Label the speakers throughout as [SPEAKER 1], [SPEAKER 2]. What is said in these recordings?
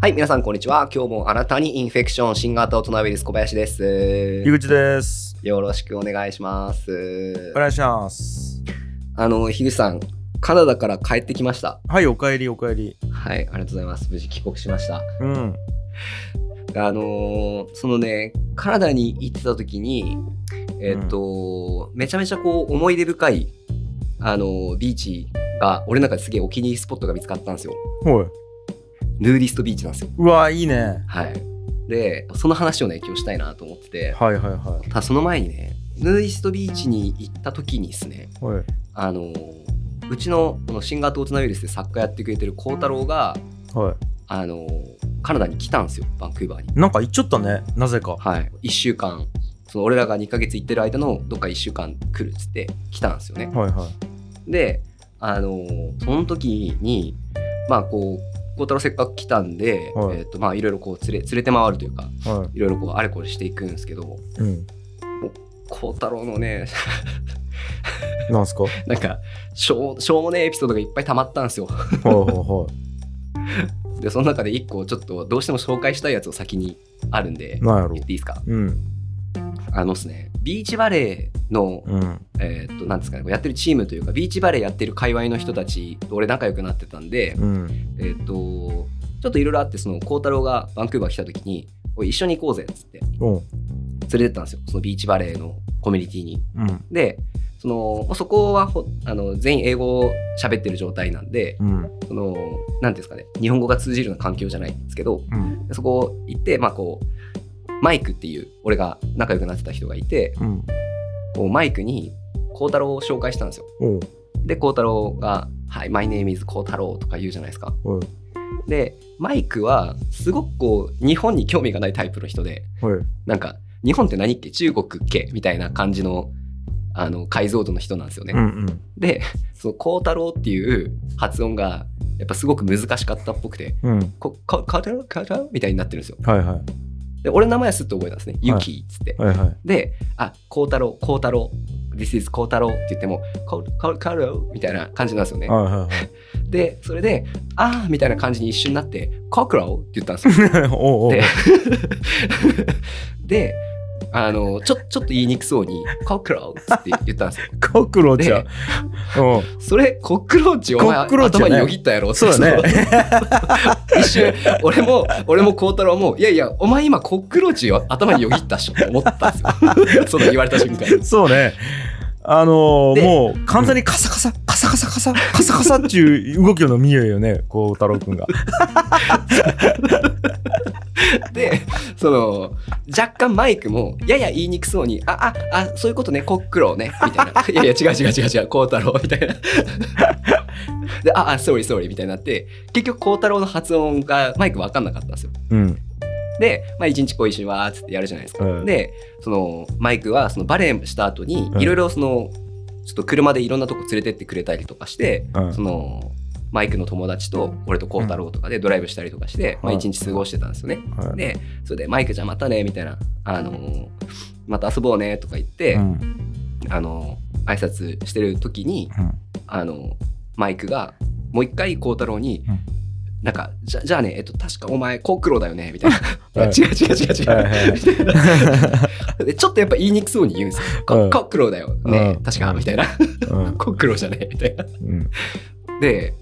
[SPEAKER 1] はい、皆さんこんにちは。今日もあなたにインフェクション新型大人ウイルス小林です。
[SPEAKER 2] 樋口です。
[SPEAKER 1] よろしくお願いします
[SPEAKER 2] お。願いします。
[SPEAKER 1] あの、樋口さん、カナダから帰ってきました。
[SPEAKER 2] はい、おかえりおかえり。
[SPEAKER 1] はい、ありがとうございます。無事帰国しました。
[SPEAKER 2] うん。
[SPEAKER 1] あのーそのね、カナダに行ってた時に、えっと、めちゃめちゃこう思い出深い、あのービーチが、俺の中ですげえお気に入りスポットが見つかったんですよ。
[SPEAKER 2] ほい。
[SPEAKER 1] ヌーディストビーチなんですよ。
[SPEAKER 2] うわ、いいね。
[SPEAKER 1] はい。で、その話をね、今日したいなと思ってて、
[SPEAKER 2] はいはいはい。
[SPEAKER 1] ただその前にね、ヌーディストビーチに行った時にですね、
[SPEAKER 2] ほい。
[SPEAKER 1] あのーうちのこの新型大人ウイルスで作家やってくれてる孝太郎が、
[SPEAKER 2] は
[SPEAKER 1] あのーカナダに来たんですよ、バンクーバーに。
[SPEAKER 2] い。なんか行っちゃったね。なぜか。
[SPEAKER 1] はい、1週間その俺らが2ヶ月行ってる間のどっか1週間来るっつって来たんですよね。
[SPEAKER 2] はいはい。
[SPEAKER 1] であのーその時にまあこう孝太郎せっかく来たんで、
[SPEAKER 2] はい
[SPEAKER 1] いえー、とまあいろいろこう連れ連れて回るというか
[SPEAKER 2] はい
[SPEAKER 1] ろいろこうあれこれしていくんですけど
[SPEAKER 2] い。うん。
[SPEAKER 1] 孝太郎のね
[SPEAKER 2] なんすか。は
[SPEAKER 1] なんかしょうしょうもねえエピソードがいっぱい溜まったんですよ。
[SPEAKER 2] いはいは
[SPEAKER 1] でその中で1個ちょっとどうしても紹介したいやつを先にあるんで
[SPEAKER 2] い。なんやろ
[SPEAKER 1] 言っていいですか
[SPEAKER 2] う。うん。
[SPEAKER 1] あのですねビーチバレーの
[SPEAKER 2] うん。
[SPEAKER 1] えーっと、なんですかね、こうやってるチームというか、ビーチバレーやってる界隈の人たちと俺仲良くなってたんで、
[SPEAKER 2] うん。
[SPEAKER 1] えーっと、ちょっといろいろあって、その、孝太郎がバンクーバー来た時に、おい一緒に行こうぜ、っつって、
[SPEAKER 2] うん。
[SPEAKER 1] 連れてったんですよ。そのビーチバレーのコミュニティに。
[SPEAKER 2] うん。
[SPEAKER 1] で、その、そこはほあの全員英語を喋ってる状態なんで、
[SPEAKER 2] うん。
[SPEAKER 1] その、なんていうんですかね、日本語が通じるような環境じゃないんですけど、
[SPEAKER 2] うん。
[SPEAKER 1] そこ行って、まあこう、マイクっていう、俺が仲良くなってた人がいて、
[SPEAKER 2] うん。
[SPEAKER 1] こうマイクに孝太郎を紹介したんですよ。
[SPEAKER 2] おう。
[SPEAKER 1] で、孝太郎が、はい、my name is 孝太郎とか言うじゃないですか。
[SPEAKER 2] はい。
[SPEAKER 1] で、マイクは、すごくこう、日本に興味がないタイプの人で、
[SPEAKER 2] はい。
[SPEAKER 1] なんか、日本って何っけ中国っけみたいな感じの、あの、解像度の人なんですよね。
[SPEAKER 2] うんうん。
[SPEAKER 1] で、その孝太郎っていう発音が、やっぱすごく難しかったっぽくて、
[SPEAKER 2] うん。
[SPEAKER 1] こ、か、かたろかたろみたいになってるんですよ。
[SPEAKER 2] はいは
[SPEAKER 1] で、俺の名前はすっと覚えたんですね。ゆきっつって
[SPEAKER 2] い。。はいはい。
[SPEAKER 1] で、あ、孝太郎、孝太郎、this is 孝太郎って言っても、こ、こ、かろみたいな感じなんですよね。
[SPEAKER 2] はいは
[SPEAKER 1] でそれで「あー」みたいな感じに一緒になって「コクロー」って言ったんですよ。
[SPEAKER 2] いはい。 おうおう
[SPEAKER 1] でであのちょちょっと言いにくそうに「コクロー」って言ったんですよ。
[SPEAKER 2] コクロちゃん
[SPEAKER 1] で。
[SPEAKER 2] おう
[SPEAKER 1] それコクローチお前
[SPEAKER 2] コクローチじ
[SPEAKER 1] 頭
[SPEAKER 2] ゃない
[SPEAKER 1] によぎったやろ
[SPEAKER 2] そうだね。
[SPEAKER 1] そう一瞬俺も俺も孝太郎も「いやいやお前今コクローチを頭によぎったっしょ」って思ったんですよその言われた瞬間
[SPEAKER 2] そうね。あのー
[SPEAKER 1] で
[SPEAKER 2] もう完全にカサカサ、カサカサカサ、カサカサっていう動きの見えるよね、こう、太郎くんが。
[SPEAKER 1] でその若干マイクもやや言いにくそうに「あああそういうことねコックローね」みたいな「いやいや違う違う違う違う孝太郎」みたいなで「ああソーリーソーリー」みたいになって結局孝太郎の発音がマイク分かんなかったんですよ
[SPEAKER 2] うん。
[SPEAKER 1] で、まあ、一日こう一緒にわーっつってやるじゃないですか、
[SPEAKER 2] うん
[SPEAKER 1] でそのマイクはそのバレエした後に
[SPEAKER 2] うん
[SPEAKER 1] いろいろそのちょっと車でいろんなとこ連れてってくれたりとかして、
[SPEAKER 2] うん
[SPEAKER 1] そのマイクの友達と俺と孝太郎とかでドライブしたりとかして、まあ、一日過ごしてたんですよね、
[SPEAKER 2] はい
[SPEAKER 1] でそれで「マイクじゃあまたね」みたいな「あのーまた遊ぼうね」とか言って、
[SPEAKER 2] うん
[SPEAKER 1] あのー挨拶してる時に、
[SPEAKER 2] うん
[SPEAKER 1] あのーマイクがもう一回孝太郎に「
[SPEAKER 2] うん
[SPEAKER 1] なんかじゃじゃあね、えっと、確かお前コクロだよね」みたいな「いや
[SPEAKER 2] はい
[SPEAKER 1] 違う違う違う違う」
[SPEAKER 2] はいはい
[SPEAKER 1] みたいな でちょっとやっぱ言いにくそうに言うんですよ「
[SPEAKER 2] う
[SPEAKER 1] こ
[SPEAKER 2] ん
[SPEAKER 1] コクロだよね、
[SPEAKER 2] うん
[SPEAKER 1] 確か」みたいな
[SPEAKER 2] うん
[SPEAKER 1] 「コクロじゃねえ」みたいな。
[SPEAKER 2] うん
[SPEAKER 1] で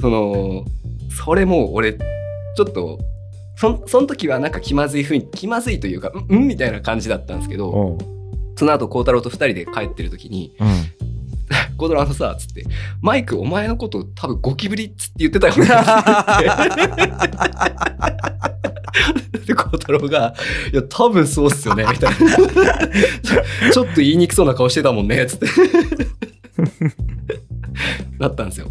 [SPEAKER 1] そのそれもう俺ちょっとそんその時はなんか気まずい雰囲気気まずいというか「うん?」みたいな感じだったんですけど
[SPEAKER 2] おう
[SPEAKER 1] その後孝太郎と2人で帰ってる時に
[SPEAKER 2] うん
[SPEAKER 1] 「孝太郎あのさ」っつって「マイクお前のこと多分ゴキブリっつって言ってたよね」 ってで孝太郎が「いや多分そうっすよね」みたいなちょっと言いにくそうな顔してたもんねっつってだったんですよ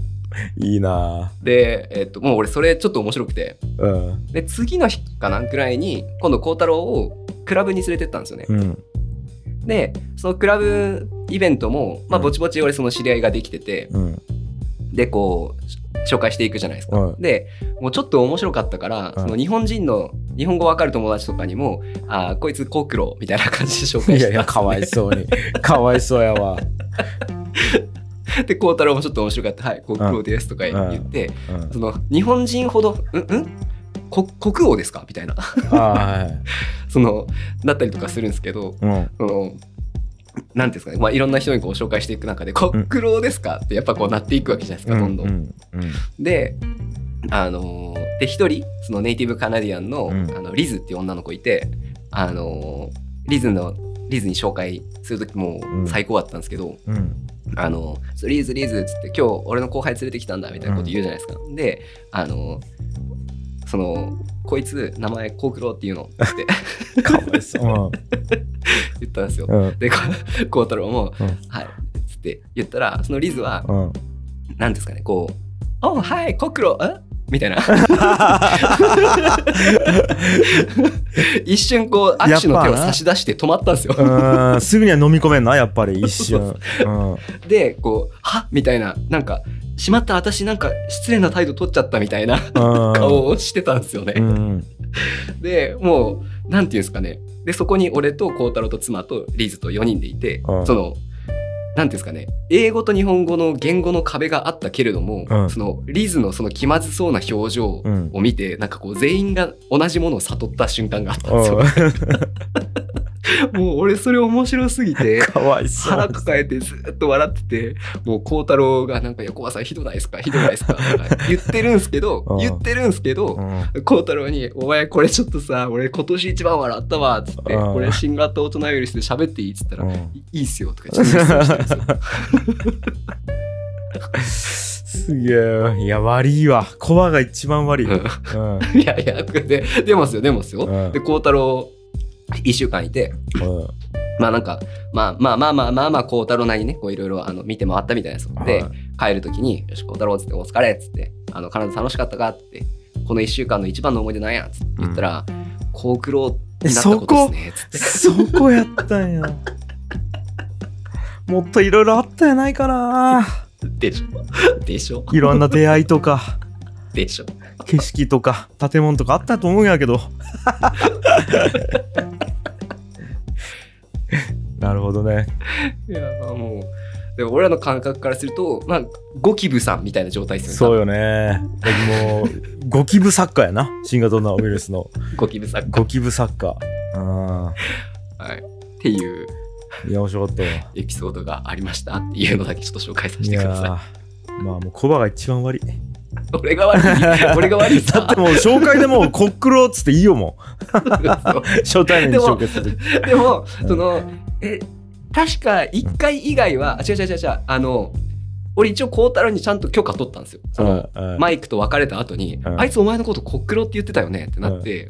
[SPEAKER 2] いいな
[SPEAKER 1] で、えっと、もう俺それちょっと面白くて
[SPEAKER 2] ぁうん
[SPEAKER 1] で次の日かなんくらいに今度孝太郎をクラブに連れてったんですよね、
[SPEAKER 2] うん
[SPEAKER 1] でそのクラブイベントも、まあ、
[SPEAKER 2] うん
[SPEAKER 1] ぼちぼち俺その知り合いができてて、
[SPEAKER 2] うん
[SPEAKER 1] でこうし紹介していくじゃないですか、
[SPEAKER 2] はい
[SPEAKER 1] でもうちょっと面白かったから、
[SPEAKER 2] うん
[SPEAKER 1] その日本人の日本語わかる友達とかにも「あーこいつコクロ」みたいな感じで紹介
[SPEAKER 2] い
[SPEAKER 1] してたんですよ
[SPEAKER 2] や
[SPEAKER 1] ね
[SPEAKER 2] いやかわいそうにかわいそうやわ
[SPEAKER 1] で孝太郎もちょっと面白かった「はいコクロです」とか言って、
[SPEAKER 2] うん
[SPEAKER 1] その日本人ほど「うんうんこ国王ですかみたいな
[SPEAKER 2] ああはい
[SPEAKER 1] そのだったりとかするんですけど
[SPEAKER 2] うん
[SPEAKER 1] そのなんていうんですかね、まあ、いろんな人にこう紹介していく中で「国王ですか?」ってやっぱこうなっていくわけじゃないですか、どんどん。
[SPEAKER 2] うんうん
[SPEAKER 1] であのーで一人そのネイティブカナディアンの,、
[SPEAKER 2] うん
[SPEAKER 1] あのリズっていう女の子いてあのーリズのリズに紹介する時も
[SPEAKER 2] ん
[SPEAKER 1] 最高だったんですけど、
[SPEAKER 2] うん
[SPEAKER 1] あのそうリズリズっつって今日俺の後輩連れてきたんだみたいなこと言うじゃないですか、であのそのこいつ名前コウクロウっていうのって
[SPEAKER 2] かわいそう
[SPEAKER 1] 言ったんですよ
[SPEAKER 2] うんうん
[SPEAKER 1] でこコウ太郎も「
[SPEAKER 2] うん
[SPEAKER 1] はい」っつって言ったらそのリズは
[SPEAKER 2] うん
[SPEAKER 1] 何ですかねこう「おうはいコウクロウえみたいな一瞬こう握手の手を差し出して止まったんですよ
[SPEAKER 2] うんすぐには飲み込めんなやっぱり一瞬うん
[SPEAKER 1] でこう「はみたいななんか「しまった私なんか失礼な態度取っちゃった」みたいな顔をしてたんですよね、
[SPEAKER 2] うん
[SPEAKER 1] でもうなんていうんですかねでそこに俺と孝太郎と妻とリーズと4人でいて、
[SPEAKER 2] うん
[SPEAKER 1] そのなんていうんですかね英語と日本語の言語の壁があったけれども、
[SPEAKER 2] うん
[SPEAKER 1] そのリーズのその気まずそうな表情
[SPEAKER 2] うん
[SPEAKER 1] を見て、なんかこう全員が同じものを悟った瞬間があったんですよ。
[SPEAKER 2] う
[SPEAKER 1] もう俺それ面白すぎ て
[SPEAKER 2] んかわいそう
[SPEAKER 1] 腹抱えてずっと笑っててもう孝太郎がなんか「横川さんひどないですかひどないですか」とか言ってるんすけど
[SPEAKER 2] うん
[SPEAKER 1] 言ってるんすけど、
[SPEAKER 2] うん
[SPEAKER 1] 孝太郎に「お前これちょっとさ俺今年一番笑ったわ」っつって「
[SPEAKER 2] あー
[SPEAKER 1] 俺新型大人ウイルスで喋っていい?」っつったら「
[SPEAKER 2] うん
[SPEAKER 1] いいいっすよ」とか言って
[SPEAKER 2] すげえいや悪いわコアが一番悪い、うんう
[SPEAKER 1] う
[SPEAKER 2] ん
[SPEAKER 1] ん いやいやとかで出ますよ出ますよ。
[SPEAKER 2] うん
[SPEAKER 1] で孝太郎1週間いてまあなんかまあまあまあまあまあまあ孝太郎なりにねこういろいろあの見て回ったみたいなそうで、
[SPEAKER 2] はい
[SPEAKER 1] 帰る時に「よし孝太郎」っつって「お疲れ」っつって「あの彼女楽しかったか?」っつって「この1週間の一番の思い出なんや」っつって言ったら「孝九郎になったことですね」っつって。
[SPEAKER 2] そこやったんやもっといろいろあったんやないかな
[SPEAKER 1] でしょでしょ
[SPEAKER 2] いろんな出会いとか
[SPEAKER 1] でしょ
[SPEAKER 2] 景色とか建物とかあったと思うんやけどなるほどね
[SPEAKER 1] いやーもうでも俺らの感覚からするとまあゴキブさんみたいな状態です
[SPEAKER 2] そ
[SPEAKER 1] よ
[SPEAKER 2] う
[SPEAKER 1] ね
[SPEAKER 2] よねもうゴキブサッカーやな新型コロナウイルスの
[SPEAKER 1] 多分ゴキブさん、
[SPEAKER 2] ゴキブサッカーうん
[SPEAKER 1] はい、っていう
[SPEAKER 2] いや、面白かったわ。い
[SPEAKER 1] エピソードがありましたっていうのだけちょっと紹介させてください
[SPEAKER 2] やーまあもうコバが一番悪い。
[SPEAKER 1] 俺が悪い俺が悪い
[SPEAKER 2] だ
[SPEAKER 1] さ
[SPEAKER 2] ってもう紹介でもうコックローっつっていいよもう。初対面で紹介する。
[SPEAKER 1] そう でも
[SPEAKER 2] うん
[SPEAKER 1] そのえ確か1回以外はあ違う違う違う違うあの俺一応孝太郎にちゃんと許可取ったんですよその
[SPEAKER 2] うんうん
[SPEAKER 1] マイクと別れた後に、
[SPEAKER 2] うん
[SPEAKER 1] あいつお前のことコックロって言ってたよねってなって、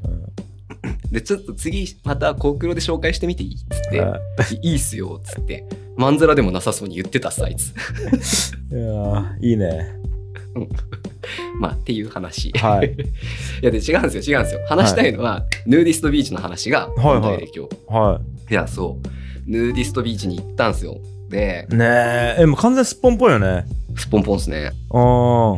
[SPEAKER 1] でちょっと次またコックロで紹介してみていいっつって、
[SPEAKER 2] うん
[SPEAKER 1] いいっすよ、っつって。まんざらでもなさそうに言ってたさ、あいつ。
[SPEAKER 2] いやーいいね。
[SPEAKER 1] まあ、っていう話。
[SPEAKER 2] はい
[SPEAKER 1] いや、で、違うんですよ、違うんですよ。話したいのは、ヌーディストビーチの話が
[SPEAKER 2] はい
[SPEAKER 1] 本題で今日。
[SPEAKER 2] はい
[SPEAKER 1] や、そう。ヌーディストビーチに行ったんですよ。で、
[SPEAKER 2] い。ねえ、えもう完全にすっぽんっぽいよね。
[SPEAKER 1] すっぽんぽんっすね。
[SPEAKER 2] う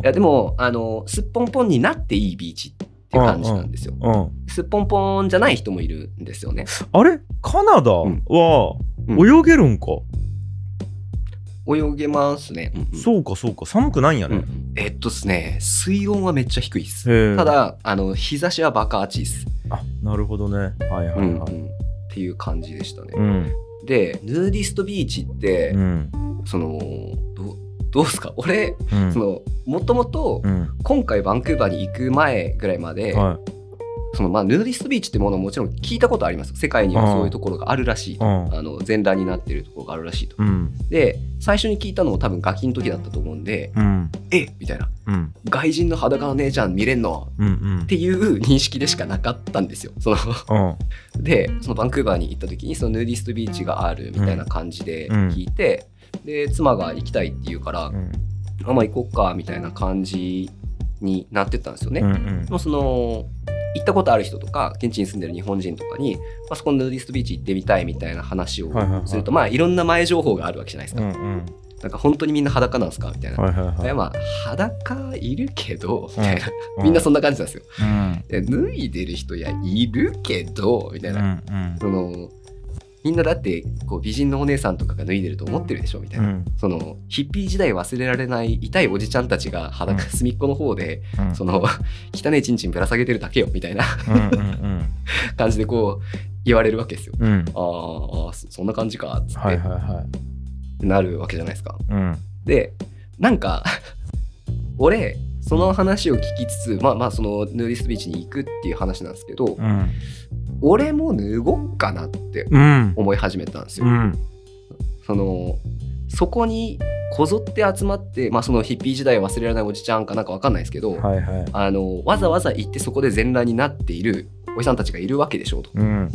[SPEAKER 2] ん
[SPEAKER 1] い。や、でも、あの、すっぽんぽんになっていいビーチって感じなんですよ。
[SPEAKER 2] うん、
[SPEAKER 1] すっぽんぽんじゃない人もいるんですよね。
[SPEAKER 2] あれカナダ
[SPEAKER 1] うん
[SPEAKER 2] は
[SPEAKER 1] う
[SPEAKER 2] 泳げるんか、
[SPEAKER 1] 泳げますね。うんうん
[SPEAKER 2] そうかそうか寒くないんやね、
[SPEAKER 1] うんえっとですね、水温はめっちゃ低いっす。
[SPEAKER 2] へえ
[SPEAKER 1] ただ、あの、日差しはバカ熱いっす。
[SPEAKER 2] あなるほどねはいは
[SPEAKER 1] う
[SPEAKER 2] い
[SPEAKER 1] んう
[SPEAKER 2] はい
[SPEAKER 1] んっていう感じでしたね。
[SPEAKER 2] うん
[SPEAKER 1] でヌーディストビーチって、
[SPEAKER 2] うん
[SPEAKER 1] そのどどうですか俺
[SPEAKER 2] うん
[SPEAKER 1] そのもともと
[SPEAKER 2] うん
[SPEAKER 1] 今回バンクーバーに行く前ぐらいまで、
[SPEAKER 2] は
[SPEAKER 1] そのまあ、ヌーディストビーチってものももちろん聞いたことあります世界にはそういうところがあるらしいと
[SPEAKER 2] うん
[SPEAKER 1] あの全裸になってるところがあるらしいと
[SPEAKER 2] いうん
[SPEAKER 1] で最初に聞いたのも多分ガキの時だったと思うんで
[SPEAKER 2] うん
[SPEAKER 1] えみたいな
[SPEAKER 2] うん
[SPEAKER 1] 外人の裸の姉ちゃん見れんの
[SPEAKER 2] うんうん
[SPEAKER 1] っていう認識でしかなかったんですよその
[SPEAKER 2] うん
[SPEAKER 1] でそのバンクーバーに行った時にそのヌーディストビーチがあるみたいな感じで
[SPEAKER 2] うん
[SPEAKER 1] 聞いて、で妻が行きたいって言うから、
[SPEAKER 2] うん
[SPEAKER 1] あまあ行こっかみたいな感じになってったんですよね。
[SPEAKER 2] うん
[SPEAKER 1] もうその行ったことある人とか現地に住んでる日本人とかに、まあ、そこのヌーディストビーチ行ってみたいみたいな話を
[SPEAKER 2] はいはいはい
[SPEAKER 1] すると、まあいろんな前情報があるわけじゃないです
[SPEAKER 2] う
[SPEAKER 1] か、
[SPEAKER 2] んうん
[SPEAKER 1] なんか本当にみんな裸なんですかみたいな、
[SPEAKER 2] はいはい
[SPEAKER 1] い
[SPEAKER 2] は
[SPEAKER 1] や
[SPEAKER 2] い
[SPEAKER 1] まあ裸いるけどみたいな、
[SPEAKER 2] う
[SPEAKER 1] みんなそんな感じなんですよ
[SPEAKER 2] うん
[SPEAKER 1] いや脱いでる人いやいるけどみたいな、
[SPEAKER 2] うんうん
[SPEAKER 1] そのみんなだってこう美人のお姉さんとかが脱いでると思ってるでしょみたいうな、
[SPEAKER 2] ん
[SPEAKER 1] そのヒッピー時代忘れられない痛いおじちゃんたちが裸
[SPEAKER 2] うん
[SPEAKER 1] 隅っこの方で、
[SPEAKER 2] うん
[SPEAKER 1] その汚いちんちんぶら下げてるだけよみたいな
[SPEAKER 2] うんうん
[SPEAKER 1] 感じでこう言われるわけですよ。
[SPEAKER 2] うんうん
[SPEAKER 1] あーあーそそんな感じかっつっ
[SPEAKER 2] はい
[SPEAKER 1] て
[SPEAKER 2] はいは
[SPEAKER 1] なるわけじゃないですか。
[SPEAKER 2] いうん
[SPEAKER 1] でなんか 俺その話を聞きつつまあまあそのヌーディストビーチに行くっていう話なんですけど、
[SPEAKER 2] うん
[SPEAKER 1] 俺も脱ごっかなって
[SPEAKER 2] うん
[SPEAKER 1] 思い始めたんですよ。
[SPEAKER 2] うん
[SPEAKER 1] そのそこにこぞって集まって、まあ、そのヒッピー時代忘れられないおじちゃんかなんかわかんないですけど、
[SPEAKER 2] はいはい
[SPEAKER 1] あのわざわざ行ってそこで全裸になっているおじさんたちがいるわけでしょうと
[SPEAKER 2] うん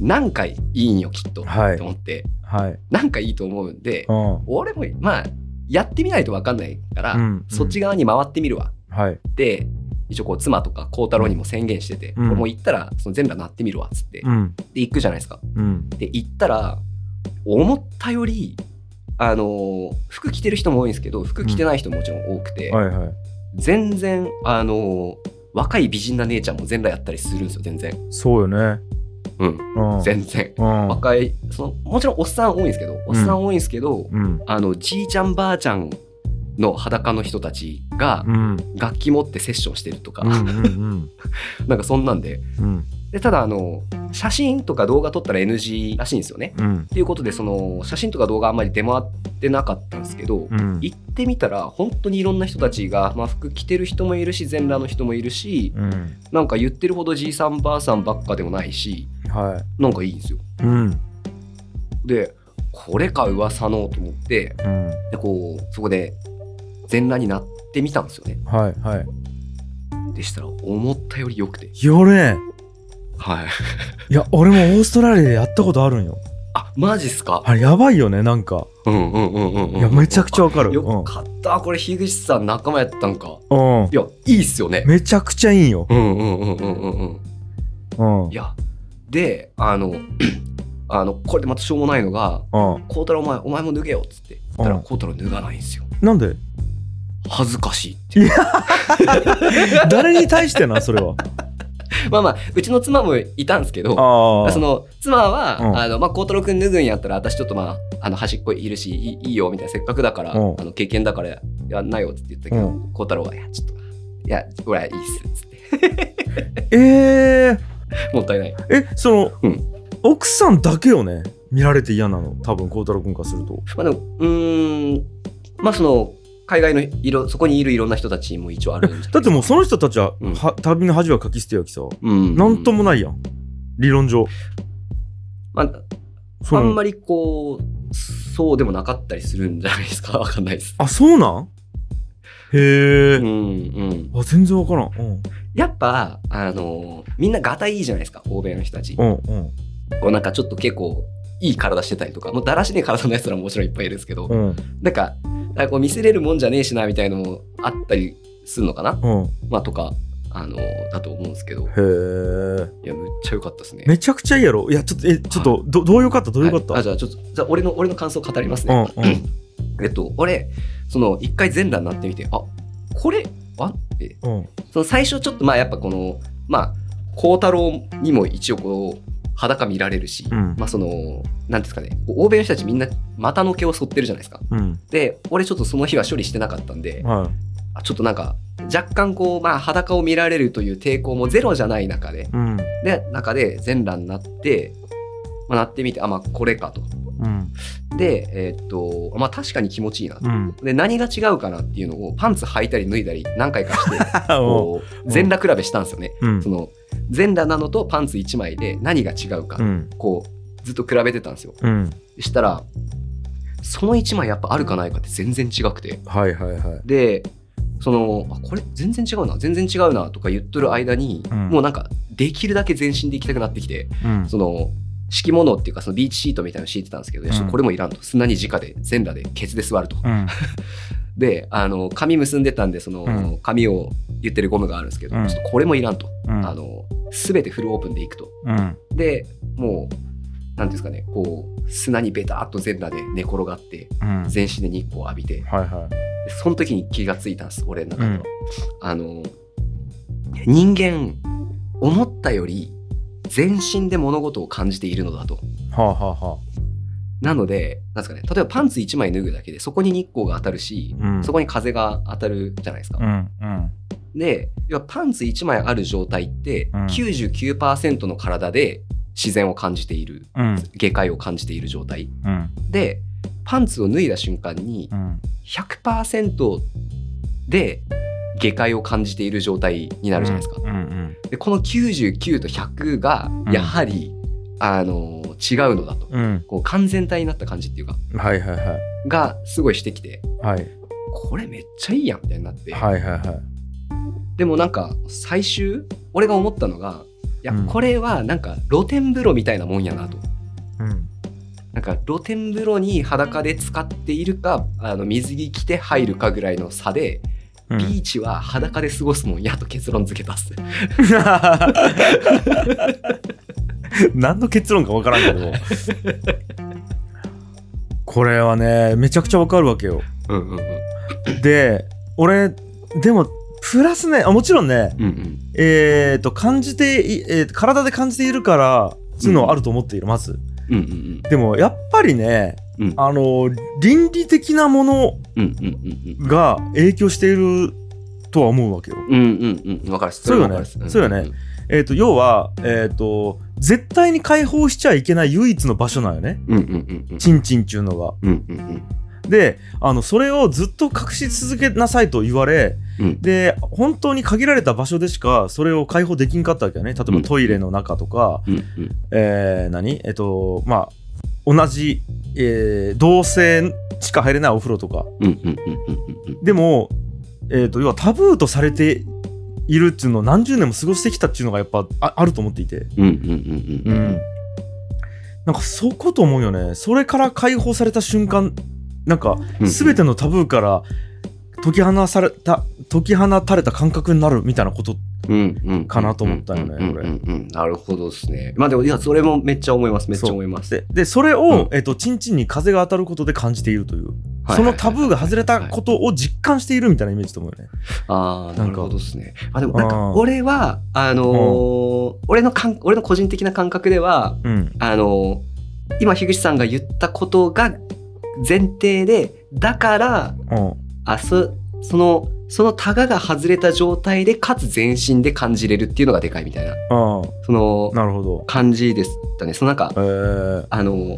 [SPEAKER 1] 何回いいんよきっと、
[SPEAKER 2] はい
[SPEAKER 1] と思って
[SPEAKER 2] はい
[SPEAKER 1] 何回いいと思うんで、
[SPEAKER 2] うん
[SPEAKER 1] 俺もまあやってみないとわかんないから、
[SPEAKER 2] うん
[SPEAKER 1] そっち側に回ってみるわ
[SPEAKER 2] はい
[SPEAKER 1] って一応こう妻とか孝太郎にも宣言してて、
[SPEAKER 2] うん
[SPEAKER 1] 俺も行ったらその全裸なってみるわっつって、
[SPEAKER 2] うん
[SPEAKER 1] で行くじゃないですか。
[SPEAKER 2] うん
[SPEAKER 1] で行ったら思ったよりあのー服着てる人も多いんですけど服着てない人ももちろん多くて、
[SPEAKER 2] はいはい
[SPEAKER 1] 全然あのー若い美人な姉ちゃんも全裸やったりするんですよ全然
[SPEAKER 2] そうよね
[SPEAKER 1] うん
[SPEAKER 2] うん
[SPEAKER 1] 全然
[SPEAKER 2] うん
[SPEAKER 1] 若いそのもちろんおっさん多いんですけどおっさん多いんですけど、
[SPEAKER 2] うん
[SPEAKER 1] あのじいちゃんばあちゃんの裸の人たちが
[SPEAKER 2] うん
[SPEAKER 1] 楽器持ってセッションしてるとか、
[SPEAKER 2] うんうんうん
[SPEAKER 1] なんかそんなんで
[SPEAKER 2] うん
[SPEAKER 1] でただあの写真とか動画撮ったら NG らしいんですよね
[SPEAKER 2] うん
[SPEAKER 1] っていうことでその写真とか動画あんまり出回ってなかったんですけど、
[SPEAKER 2] うん
[SPEAKER 1] 行ってみたら本当にいろんな人たちが、まあ、服着てる人もいるし全裸の人もいるし
[SPEAKER 2] うん
[SPEAKER 1] なんか言ってるほどじいさんばあさんばっかでもないし
[SPEAKER 2] は
[SPEAKER 1] なんかいいんですよ。
[SPEAKER 2] いうん
[SPEAKER 1] でこれか噂のと思って
[SPEAKER 2] うん
[SPEAKER 1] でこうそこで全裸になってみたんですよね。
[SPEAKER 2] はいはい
[SPEAKER 1] でしたら思ったより良くて。
[SPEAKER 2] よね
[SPEAKER 1] はい、
[SPEAKER 2] いや俺もオーストラリアでやったことあるんよ
[SPEAKER 1] あマジっすか、
[SPEAKER 2] あれやばいよねなんか
[SPEAKER 1] うんうんうんうんうん、
[SPEAKER 2] いやめちゃくちゃわかる
[SPEAKER 1] よ
[SPEAKER 2] うん
[SPEAKER 1] かったこれ樋口さん仲間やったんか。
[SPEAKER 2] う
[SPEAKER 1] い
[SPEAKER 2] ん
[SPEAKER 1] やいいっすよね。
[SPEAKER 2] めちゃくちゃいいよ
[SPEAKER 1] うんうんうんうんうんうん。
[SPEAKER 2] うんうん
[SPEAKER 1] いやであの あのこれでまたしょうもないのが「孝太郎お前お前も脱げよ」っつって言った
[SPEAKER 2] う
[SPEAKER 1] ら
[SPEAKER 2] ん
[SPEAKER 1] 孝太郎脱がないんですよ
[SPEAKER 2] な んで
[SPEAKER 1] 恥ずかしいっていう
[SPEAKER 2] 誰に対してなそれは
[SPEAKER 1] まあまあうちの妻もいたんですけど
[SPEAKER 2] ああ
[SPEAKER 1] その妻は
[SPEAKER 2] うん
[SPEAKER 1] あのまあ孝太郎君脱ぐんやったら私ちょっとまああの端っこいるしいいいいよみたいなせっかくだからあ
[SPEAKER 2] うん
[SPEAKER 1] の経験だからやんないよっつって言ったけ
[SPEAKER 2] う
[SPEAKER 1] ど孝太郎は「いやちょっといや俺はいいっす」っつって
[SPEAKER 2] えー、
[SPEAKER 1] もったいない
[SPEAKER 2] えその、
[SPEAKER 1] うん
[SPEAKER 2] 奥さんだけよね見られて嫌なの多分孝太郎君からすると
[SPEAKER 1] まあでもうーんまあその海外のいろそこにいるいろんな人たちも一応あるんじゃないですか
[SPEAKER 2] だってもうその人たちは,、
[SPEAKER 1] うん
[SPEAKER 2] は旅の恥はかき捨てやきさ
[SPEAKER 1] うん
[SPEAKER 2] なんともないやん理論上
[SPEAKER 1] まあ
[SPEAKER 2] その
[SPEAKER 1] あんまりこうそうでもなかったりするんじゃないですか わかんないです。
[SPEAKER 2] あそうなんへえ、
[SPEAKER 1] うんうん、
[SPEAKER 2] あ全然わからんうん
[SPEAKER 1] やっぱあのみんながたいいいじゃないですか欧米の人たち
[SPEAKER 2] う。んうん
[SPEAKER 1] こうなんかちょっと結構いい体してたりとかもうだらしねえ体のやつらももちろんいっぱいいるんですけど、
[SPEAKER 2] うん
[SPEAKER 1] なんかなんかこう見せれるもんじゃねえしなみたいのもあったりするのかな、
[SPEAKER 2] うん
[SPEAKER 1] まあ、とかあのだと思うんですけどい
[SPEAKER 2] へえ
[SPEAKER 1] やむっちゃ良かったですね。
[SPEAKER 2] めちゃくちゃいいやろいやちょっとえちょっとどどうよかったどうよかった、
[SPEAKER 1] はいあじゃあちょっとじゃあ俺の俺の感想語りますね。
[SPEAKER 2] うんうん
[SPEAKER 1] えっと俺その一回全裸になってみてあこれあって
[SPEAKER 2] うん
[SPEAKER 1] その最初ちょっとまあやっぱこのまあ孝太郎にも一応こう裸見られるし、
[SPEAKER 2] うん
[SPEAKER 1] まあその何ですかねこう欧米の人たちみんな股の毛を剃ってるじゃないですか
[SPEAKER 2] うん
[SPEAKER 1] で俺ちょっとその日は処理してなかったんで
[SPEAKER 2] は
[SPEAKER 1] あちょっとなんか若干こうまあ裸を見られるという抵抗もゼロじゃない中で
[SPEAKER 2] いうん
[SPEAKER 1] で中で全裸になって、まあ、なってみてあまあこれかと
[SPEAKER 2] うん
[SPEAKER 1] でえーっとまあ確かに気持ちいいなと
[SPEAKER 2] うん
[SPEAKER 1] で何が違うかなっていうのをパンツ履いたり脱いだり何回かして
[SPEAKER 2] おう
[SPEAKER 1] こう全裸比べしたんですよね
[SPEAKER 2] うん
[SPEAKER 1] その全裸なのとパンツ1枚で何が違うか、
[SPEAKER 2] うん
[SPEAKER 1] こうずっと比べてたんですよ
[SPEAKER 2] うん
[SPEAKER 1] したらその1枚やっぱあるかないかって全然違くて
[SPEAKER 2] はいはいはい
[SPEAKER 1] でそのあこれ全然違うな全然違うなとか言っとる間に、
[SPEAKER 2] うん
[SPEAKER 1] もうなんかできるだけ全身で行きたくなってきて
[SPEAKER 2] うん
[SPEAKER 1] その敷物っていうかそのビーチシートみたいなの敷いてたんですけど、いやちょっとこれもいらんと砂に直で全裸でケツで座ると
[SPEAKER 2] うん
[SPEAKER 1] であの髪結んでたんでその、
[SPEAKER 2] うん
[SPEAKER 1] 髪を言ってるゴムがあるんですけど、
[SPEAKER 2] うん
[SPEAKER 1] ちょっとこれもいらんと、
[SPEAKER 2] う ん
[SPEAKER 1] あの全てフルオープンでいくと
[SPEAKER 2] うん
[SPEAKER 1] でもう何ですかねこう砂にベターっと全裸で寝転がって
[SPEAKER 2] うん
[SPEAKER 1] 全身で日光を浴びて
[SPEAKER 2] はいは
[SPEAKER 1] でその時に気がついたんです俺の中では、あの人間思ったより全身で物事を感じているのだと
[SPEAKER 2] いはあ、はあは
[SPEAKER 1] なので、なんですかね、例えばパンツ1枚脱ぐだけで、そこに日光が当たるし、
[SPEAKER 2] あ、うん
[SPEAKER 1] そこに風が当たるじゃないですか。
[SPEAKER 2] うんうん
[SPEAKER 1] で、要はパンツ1枚ある状態って、
[SPEAKER 2] うん
[SPEAKER 1] 99%の体で自然を感じている、
[SPEAKER 2] うん
[SPEAKER 1] 下界を感じている状態。
[SPEAKER 2] うん
[SPEAKER 1] で、パンツを脱いだ瞬間に
[SPEAKER 2] うん
[SPEAKER 1] 100%で下界を感じている状態になるじゃないですか
[SPEAKER 2] うん。うん
[SPEAKER 1] で、この99と100が、
[SPEAKER 2] うん
[SPEAKER 1] やはり、あの、違うのだと。
[SPEAKER 2] うん
[SPEAKER 1] こう完全体になった感じっていうか、
[SPEAKER 2] うんはいはいはい
[SPEAKER 1] がすごいしてきて、
[SPEAKER 2] はい
[SPEAKER 1] これめっちゃいいやんみたいになって、
[SPEAKER 2] はいはいはい
[SPEAKER 1] でもなんか最終俺が思ったのがいや
[SPEAKER 2] うん
[SPEAKER 1] これはなんか露天風呂みたいなもんやなと、
[SPEAKER 2] うん
[SPEAKER 1] なんか露天風呂に裸で使っているかあの水着着て入るかぐらいの差で、
[SPEAKER 2] うん
[SPEAKER 1] ビーチは裸で過ごすもんやと結論付けたっす
[SPEAKER 2] 何の結論か分からんけどこれはねめちゃくちゃ分かるわけよ
[SPEAKER 1] うんうんうん
[SPEAKER 2] で俺でもプラスねあもちろんね
[SPEAKER 1] うんうん
[SPEAKER 2] えっ、と感じてい、えー体で感じているからそういうのはあると思っている、まず
[SPEAKER 1] うんうん
[SPEAKER 2] でもやっぱりね、
[SPEAKER 1] うん
[SPEAKER 2] あの倫理的なもの
[SPEAKER 1] うんうんうん
[SPEAKER 2] が影響しているとは思うわけよ
[SPEAKER 1] うんうんうんうん分かるっす
[SPEAKER 2] そうよね
[SPEAKER 1] わかるっす
[SPEAKER 2] そうよねえっ、と要はえっ、と絶対に解放しちゃいけない唯一の場所なんよね
[SPEAKER 1] うんうんうんうん
[SPEAKER 2] チンチンっちゅうのが。
[SPEAKER 1] うんうんうん
[SPEAKER 2] であのそれをずっと隠し続けなさいと言われ
[SPEAKER 1] うん
[SPEAKER 2] で本当に限られた場所でしかそれを解放できんかったわけよね例え
[SPEAKER 1] う
[SPEAKER 2] ば
[SPEAKER 1] ん
[SPEAKER 2] トイレの中とか、
[SPEAKER 1] うんうん
[SPEAKER 2] えー何えっ、とまあ同じ、えー同性しか入れないお風呂とか
[SPEAKER 1] うんうんうんうんうんうん
[SPEAKER 2] でも、えー、と要はタブーとされているっていうのを何十年も過ごしてきたっていうのがやっぱああると思っていて、
[SPEAKER 1] うんうんうんうん
[SPEAKER 2] なんかそこと思うよねそれから解放された瞬間なんか
[SPEAKER 1] うん
[SPEAKER 2] 全てのタブーから解き放された解き放たれた感覚になるみたいなことか
[SPEAKER 1] か
[SPEAKER 2] なと思ったよね
[SPEAKER 1] うんうんうんなるほどですね。まあでも、いや、それもめっちゃ思います、めっちゃ思います。
[SPEAKER 2] ででそれを、
[SPEAKER 1] う
[SPEAKER 2] えっとチンチンに風が当たることで感じているという、
[SPEAKER 1] はい
[SPEAKER 2] そのタブーが外れたことを実感しているみたいなイメージと思うよね。
[SPEAKER 1] ああ、な
[SPEAKER 2] なん
[SPEAKER 1] る
[SPEAKER 2] か
[SPEAKER 1] ほどですね。あでも、なん
[SPEAKER 2] あ
[SPEAKER 1] か、
[SPEAKER 2] ー
[SPEAKER 1] 俺は、あのー俺の感俺の個人的な感覚では、
[SPEAKER 2] うん、
[SPEAKER 1] あのー今、樋口さんが言ったことが前提で、だから、
[SPEAKER 2] うん
[SPEAKER 1] あそその、そのタガが外れた状態で、かつ全身で感じれるっていうのがでかいみたいな、
[SPEAKER 2] あ
[SPEAKER 1] その
[SPEAKER 2] あ、なるほど。
[SPEAKER 1] 感じでしたね。そのなんか
[SPEAKER 2] え、ー、
[SPEAKER 1] あの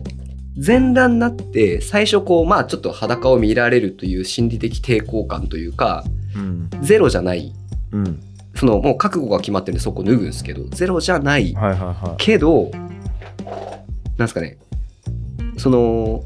[SPEAKER 1] 全裸になって最初こうまあちょっと裸を見られるという心理的抵抗感というか
[SPEAKER 2] うん
[SPEAKER 1] ゼロじゃない
[SPEAKER 2] うん
[SPEAKER 1] そのもう覚悟が決まってるんでそこ脱ぐんですけどゼロじゃない
[SPEAKER 2] はいはいは
[SPEAKER 1] けどなんですかねその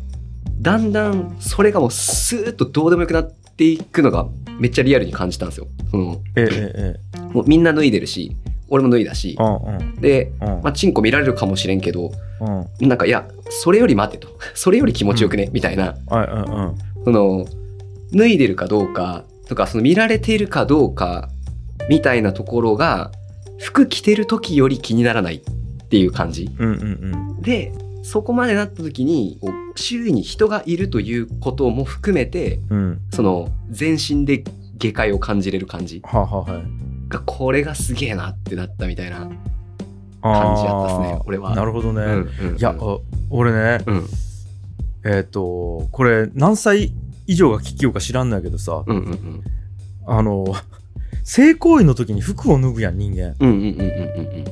[SPEAKER 1] だんだんそれがもうスーッとどうでもよくなっていくのがめっちゃリアルに感じたんですよ。その
[SPEAKER 2] い。えええ
[SPEAKER 1] もうみんな脱いでるし俺も脱いだし
[SPEAKER 2] え。うんうん
[SPEAKER 1] で、
[SPEAKER 2] うん
[SPEAKER 1] まあ、チンコ見られるかもしれんけど
[SPEAKER 2] うん。
[SPEAKER 1] なんかいやそれより待てとそれより気持ちよくね、みたいな
[SPEAKER 2] はいうんうん。
[SPEAKER 1] その脱いでるかどうかとかその見られているかどうかみたいなところが服着てる時より気にならないっていう感じ
[SPEAKER 2] うんうん
[SPEAKER 1] でそこまでなった時にこう周囲に人がいるということも含めて
[SPEAKER 2] うん。うん。
[SPEAKER 1] その全身で下界を感じれる感じ
[SPEAKER 2] はあ、はあ、はい。
[SPEAKER 1] がこれがすげえなってなったみたいな。
[SPEAKER 2] あー
[SPEAKER 1] 感じやったっすね俺は
[SPEAKER 2] なるほどね。いや、
[SPEAKER 1] うん
[SPEAKER 2] あ俺ね、
[SPEAKER 1] うん
[SPEAKER 2] えっ、と、これ何歳以上が聞きようか知らんないけどさ、
[SPEAKER 1] うんうん
[SPEAKER 2] あの、性行為の時に服を脱ぐやん、人間。
[SPEAKER 1] うんうんうんうんうんうん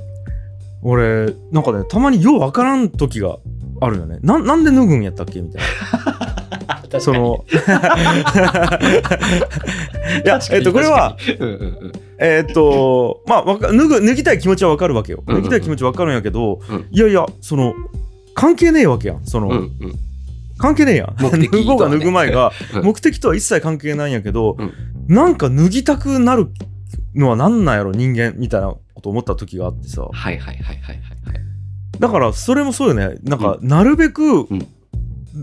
[SPEAKER 2] 俺、なんかね、たまにようわからん時があるよね。なんなんで脱ぐんやったっけみたいな。
[SPEAKER 1] うん
[SPEAKER 2] そ のいや
[SPEAKER 1] 確、か
[SPEAKER 2] え
[SPEAKER 1] に
[SPEAKER 2] っと、これは、
[SPEAKER 1] 確かにうんうん
[SPEAKER 2] えっと、まあ、わか脱ぐ、脱ぎたい気持ちはわかるわけよ。
[SPEAKER 1] うんうんう
[SPEAKER 2] 脱
[SPEAKER 1] ん
[SPEAKER 2] ぎたい気持ちわかるんやけど、
[SPEAKER 1] うん
[SPEAKER 2] いやいや、その、関係ねえわけやん。その、
[SPEAKER 1] うんうんうん
[SPEAKER 2] 関係ねえやん。
[SPEAKER 1] 目的とはね
[SPEAKER 2] 脱ごうが脱ぐ前が、
[SPEAKER 1] うん
[SPEAKER 2] 目的とは一切関係ないんやけど、
[SPEAKER 1] うん
[SPEAKER 2] なんか脱ぎたくなるのはなんなんやろ、人間、みたいなこと思った時があってさ。
[SPEAKER 1] はいはいはいはいはいはい
[SPEAKER 2] だから、それもそうよね。なんか、なるべく
[SPEAKER 1] ん、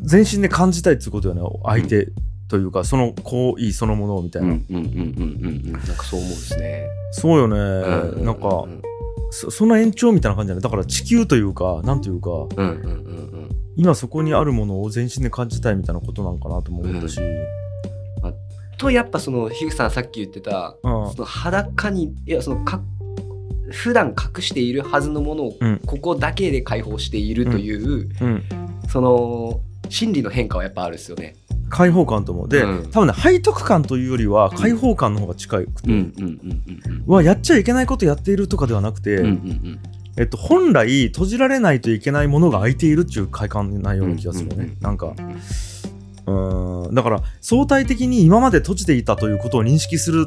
[SPEAKER 2] 全身で感じたいっていうことよね。相手というか、その行為そのものをみたいな。
[SPEAKER 1] うんうんうんうんうんうんなんかそう思うですね。
[SPEAKER 2] そうよね。
[SPEAKER 1] う
[SPEAKER 2] なんか
[SPEAKER 1] う、ん
[SPEAKER 2] そその延長みたいな感じじゃないだから地球というかなんというか
[SPEAKER 1] うんうんうん
[SPEAKER 2] 今そこにあるものを全身で感じたいみたいなことなんかなとも思ったし、
[SPEAKER 1] とやっぱその樋口さんさっき言ってた
[SPEAKER 2] うん
[SPEAKER 1] その裸にいやそのか普段隠しているはずのものを
[SPEAKER 2] うん
[SPEAKER 1] ここだけで解放しているという、
[SPEAKER 2] うん、
[SPEAKER 1] その心理の変化はやっぱあるですよね。
[SPEAKER 2] 開放感と思うで、
[SPEAKER 1] うん
[SPEAKER 2] 多分ね背徳感というよりは開放感の方が近いくて、
[SPEAKER 1] うんうんうんうん
[SPEAKER 2] はやっちゃいけないことやっているとかではなくて、
[SPEAKER 1] うんうんうん
[SPEAKER 2] えっと、本来閉じられないといけないものが開いているっていう快感なような気がするよね、
[SPEAKER 1] うんうんうん
[SPEAKER 2] なんかうーんだから相対的に今まで閉じていたということを認識する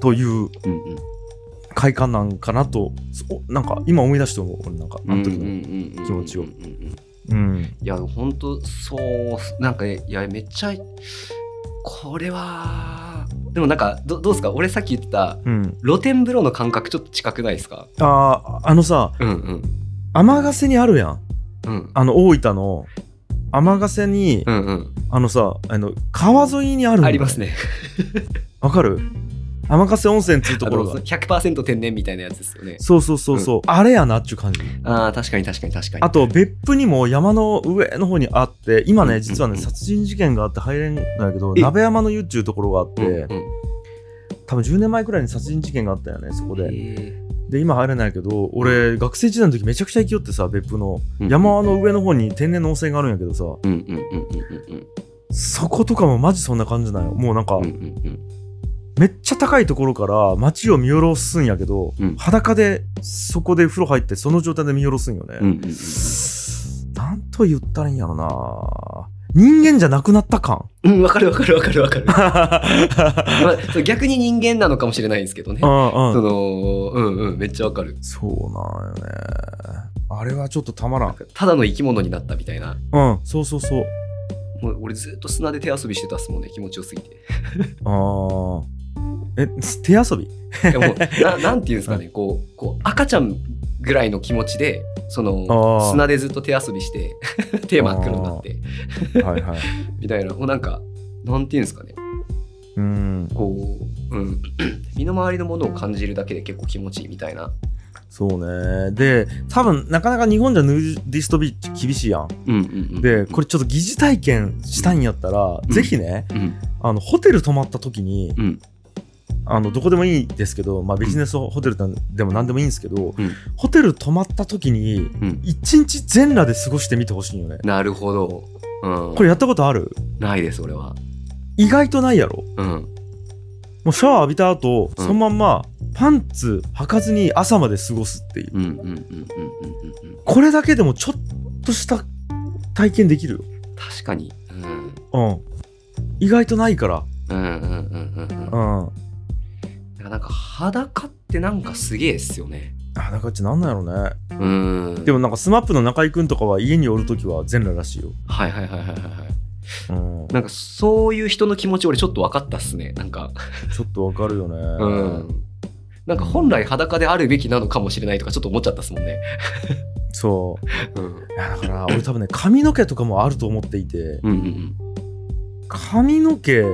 [SPEAKER 2] という
[SPEAKER 1] うんうん
[SPEAKER 2] 快感なんかなとそなんか今思い出して思う俺なんかあの時の、
[SPEAKER 1] の
[SPEAKER 2] 気持ちを
[SPEAKER 1] い
[SPEAKER 2] うん
[SPEAKER 1] や本当そうっすなんかねいやめっちゃこれはでもなんかどどうですか俺さっき言った
[SPEAKER 2] うん、
[SPEAKER 1] 露天風呂の感覚ちょっと近くないですか
[SPEAKER 2] あーあのさ
[SPEAKER 1] うんうん
[SPEAKER 2] 天ヶ瀬にあるやん
[SPEAKER 1] うん
[SPEAKER 2] あの大分の天ヶ瀬に、
[SPEAKER 1] うんうん
[SPEAKER 2] あのさあの川沿いにあるんだ
[SPEAKER 1] あ
[SPEAKER 2] よ
[SPEAKER 1] りますね
[SPEAKER 2] わかる天ヶ瀬温泉っていうところ
[SPEAKER 1] あ
[SPEAKER 2] が
[SPEAKER 1] の100%天然みたいなやつですよね
[SPEAKER 2] そうそうそうそう、あれやなっちゅう感じ
[SPEAKER 1] あー確かに確かに確かに
[SPEAKER 2] あと別府にも山の上の方にあって今
[SPEAKER 1] うんうんう
[SPEAKER 2] ね
[SPEAKER 1] ん
[SPEAKER 2] 実はね殺人事件があって入れんないけど
[SPEAKER 1] え
[SPEAKER 2] 鍋山の湯っちゅうところがあっ
[SPEAKER 1] うんうん
[SPEAKER 2] て多分10年前くらいに殺人事件があったよねそこで
[SPEAKER 1] へ
[SPEAKER 2] で今入れないけど俺学生時代の時めちゃくちゃ行きよってさ別府の
[SPEAKER 1] ー
[SPEAKER 2] 山の上の方に天然の温泉があるんやけどさ
[SPEAKER 1] うんうんうんうんうん
[SPEAKER 2] そことかもマジそんな感じなんよもうなんか
[SPEAKER 1] うんうんうん
[SPEAKER 2] めっちゃ高いところから街を見下ろすんやけど
[SPEAKER 1] うん
[SPEAKER 2] 裸でそこで風呂入ってその状態で見下ろすんよね
[SPEAKER 1] うんうんうんうん
[SPEAKER 2] なんと言ったらいいんやろな人間じゃなくなっ た感
[SPEAKER 1] うんわかるわかるわかるわかる
[SPEAKER 2] う
[SPEAKER 1] まあそう逆に人間なのかもしれないんですけどね
[SPEAKER 2] んう
[SPEAKER 1] そ
[SPEAKER 2] ん
[SPEAKER 1] のうんうんめっちゃわかる
[SPEAKER 2] そうなんよねあれはちょっとたまらん
[SPEAKER 1] ただの生き物になったみたいな
[SPEAKER 2] うんそうそうそう
[SPEAKER 1] もう俺ずっと砂で手遊びしてたっすもんね気持ちよすぎ て
[SPEAKER 2] あーえ手遊び
[SPEAKER 1] いやもうななんていうんですかねこうこう赤ちゃんぐらいの気持ちでそ
[SPEAKER 2] あ
[SPEAKER 1] の
[SPEAKER 2] ー
[SPEAKER 1] 砂でずっと手遊びして 手真っ黒になって
[SPEAKER 2] はいはい
[SPEAKER 1] みたいなもうなんかなんていうんですかね
[SPEAKER 2] うん
[SPEAKER 1] こう、うん、 身の回りのものを感じるだけで結構気持ちいいみたいな
[SPEAKER 2] そうねで多分なかなか日本じゃヌーディストビーチ厳しいやん
[SPEAKER 1] うんうんうん
[SPEAKER 2] でこれちょっと疑似体験したいんやったら、
[SPEAKER 1] ん
[SPEAKER 2] ぜひね
[SPEAKER 1] うん
[SPEAKER 2] あのホテル泊まった時に、
[SPEAKER 1] うん
[SPEAKER 2] あのどこでもいいですけど、まあ、ビジネスホテルでも何でもいいんですけど、
[SPEAKER 1] うん
[SPEAKER 2] ホテル泊まった時に
[SPEAKER 1] うん
[SPEAKER 2] 一日全裸で過ごしてみてほしいんよね
[SPEAKER 1] なるほど、うん、
[SPEAKER 2] これやったことある
[SPEAKER 1] ないです俺は
[SPEAKER 2] 意外とないやろ
[SPEAKER 1] うん
[SPEAKER 2] もうシャワー浴びた後
[SPEAKER 1] う
[SPEAKER 2] そ
[SPEAKER 1] ん
[SPEAKER 2] のまんまパンツ履かずに朝まで過ごすっていう
[SPEAKER 1] うんうんうんうんうんうんうん
[SPEAKER 2] これだけでもちょっとした体験できる
[SPEAKER 1] 確かに。うん。
[SPEAKER 2] よ、うん、意外とないから、
[SPEAKER 1] うんうんうんうんうん。
[SPEAKER 2] うん、
[SPEAKER 1] いやなんか裸ってなんかすげえっすよね。
[SPEAKER 2] あなんかっちなんなんやろね
[SPEAKER 1] うん。
[SPEAKER 2] でもなんか SMAP の中居君とかは家におるときは全裸らしいよ。
[SPEAKER 1] はいはいはいはいはいはい。
[SPEAKER 2] うん、
[SPEAKER 1] なんかそういう人の気持ち俺ちょっと分かったっすね。なんか。
[SPEAKER 2] ちょっとわかるよね。
[SPEAKER 1] うん。なんか本来裸であるべきなのかもしれないとかちょっと思っちゃったっすもんね。
[SPEAKER 2] そう。
[SPEAKER 1] うん。
[SPEAKER 2] いやだから俺多分ね髪の毛とかもあると思っていて
[SPEAKER 1] うんうん
[SPEAKER 2] 髪の毛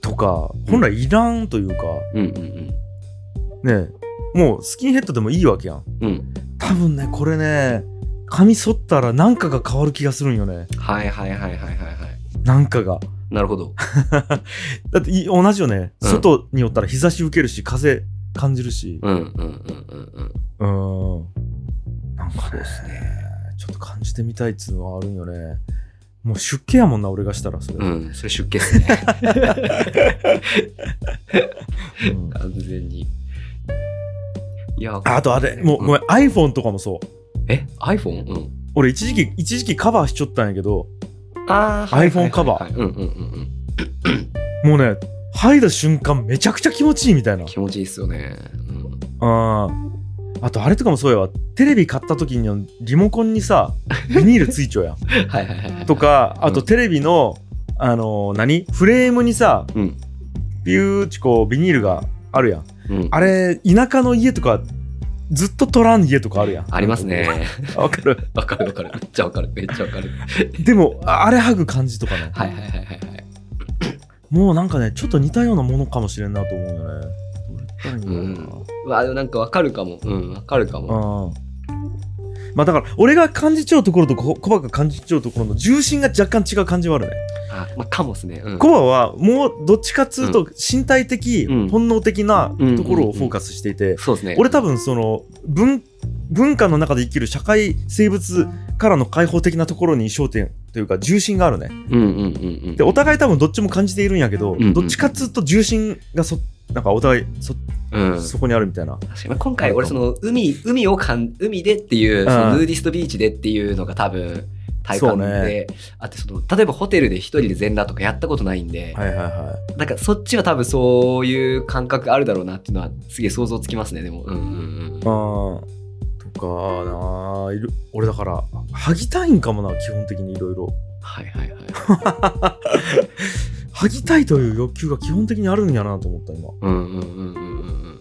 [SPEAKER 2] とか本来いらんというか、
[SPEAKER 1] うん。うんうん
[SPEAKER 2] ねもうスキンヘッドでもいいわけやん。
[SPEAKER 1] うん。うん。
[SPEAKER 2] 多分ねこれね髪剃ったらなんかが変わる気がするんよね。
[SPEAKER 1] はいはいはいはいはいはい。
[SPEAKER 2] なんかが。
[SPEAKER 1] なるほど。
[SPEAKER 2] だってい同じよね。
[SPEAKER 1] うん
[SPEAKER 2] 外におったら日差し受けるし風感じるし。
[SPEAKER 1] うんうんうんうんうん。
[SPEAKER 2] うん。なんか
[SPEAKER 1] そうっ
[SPEAKER 2] ね
[SPEAKER 1] すね。
[SPEAKER 2] ちょっと感じてみたいっつうのはあるんよね。もう出家やもんな、俺がしたら、それ。
[SPEAKER 1] うん。それ出家っ すね。
[SPEAKER 2] うん
[SPEAKER 1] 完全に。いや、
[SPEAKER 2] あとあれ、もうごめん、iPhone とかもそう。
[SPEAKER 1] え ?iPhone? うん。
[SPEAKER 2] 俺、一時期、一時期カバーしちょったんやけど、
[SPEAKER 1] ああ、
[SPEAKER 2] iPhone カバー
[SPEAKER 1] ー。うんうんうん
[SPEAKER 2] もうね、入る瞬間めちゃくちゃ気持ちいいみたいな。
[SPEAKER 1] う。
[SPEAKER 2] うん
[SPEAKER 1] 気持ちいいっすよね。うん
[SPEAKER 2] ん。あと、あれとかもそうやわ。テレビ買った時にリモコンにさ、ビニールついちゃうや ん。
[SPEAKER 1] はいはいはいはい。
[SPEAKER 2] と。か、あと
[SPEAKER 1] うん
[SPEAKER 2] テレビの、あのー何フレームにさ、
[SPEAKER 1] うん
[SPEAKER 2] ビューッちこう、ビニールがあるやん。
[SPEAKER 1] うん、
[SPEAKER 2] あれ、田舎の家とか、ずっと取らん家とかあるやん。
[SPEAKER 1] ありますね。。
[SPEAKER 2] わかる。
[SPEAKER 1] わかるわかる。めっちゃわかる。めっちゃわかる。
[SPEAKER 2] でも、ああれ剥ぐ感じとかね。
[SPEAKER 1] はいはいはいはいはい。
[SPEAKER 2] もうなんかね、ちょっと似たようなものかもしれんなと思うよね。どれからいいのかな
[SPEAKER 1] うわ、でもなんかわかるかも。うん、わかるかも。
[SPEAKER 2] うん。まあだから俺が感じちゃうところとこコバが感じちゃうところの重心が若干違う感じはあるね、
[SPEAKER 1] あ、まあ、かもっすね。うん
[SPEAKER 2] コバはもうどっちかっつうと身体的、
[SPEAKER 1] うん
[SPEAKER 2] 本能的な
[SPEAKER 1] うん
[SPEAKER 2] ところをフォーカスしていて、
[SPEAKER 1] そうですね。
[SPEAKER 2] 俺多分その文文化の中で生きる社会生物からの開放的なところに焦点というか重心があるね
[SPEAKER 1] うんうんうんうん。
[SPEAKER 2] でお互い多分どっちも感じているんやけど、
[SPEAKER 1] んうん
[SPEAKER 2] どっちかっつうと重心がそなんかお互いそ,、
[SPEAKER 1] うん、
[SPEAKER 2] そこにあるみたいな
[SPEAKER 1] 確かにまあ今回俺その海海をかん海でっていうそのヌーディストビーチでっていうのが多分体感で、
[SPEAKER 2] そう
[SPEAKER 1] あってその例えばホテルで一人で全裸とかやったことないんで、
[SPEAKER 2] はいはいはい
[SPEAKER 1] なんかそっちは多分そういう感覚あるだろうなっていうのはすげえ想像つきますねでもうんうん
[SPEAKER 2] あーとかなあいる俺だからはぎたいんかもな基本的にいろいろ
[SPEAKER 1] はいはいはい
[SPEAKER 2] はぎたいという欲求が基本的にあるんやなと思った今、
[SPEAKER 1] うんうんうんうんうんうんうん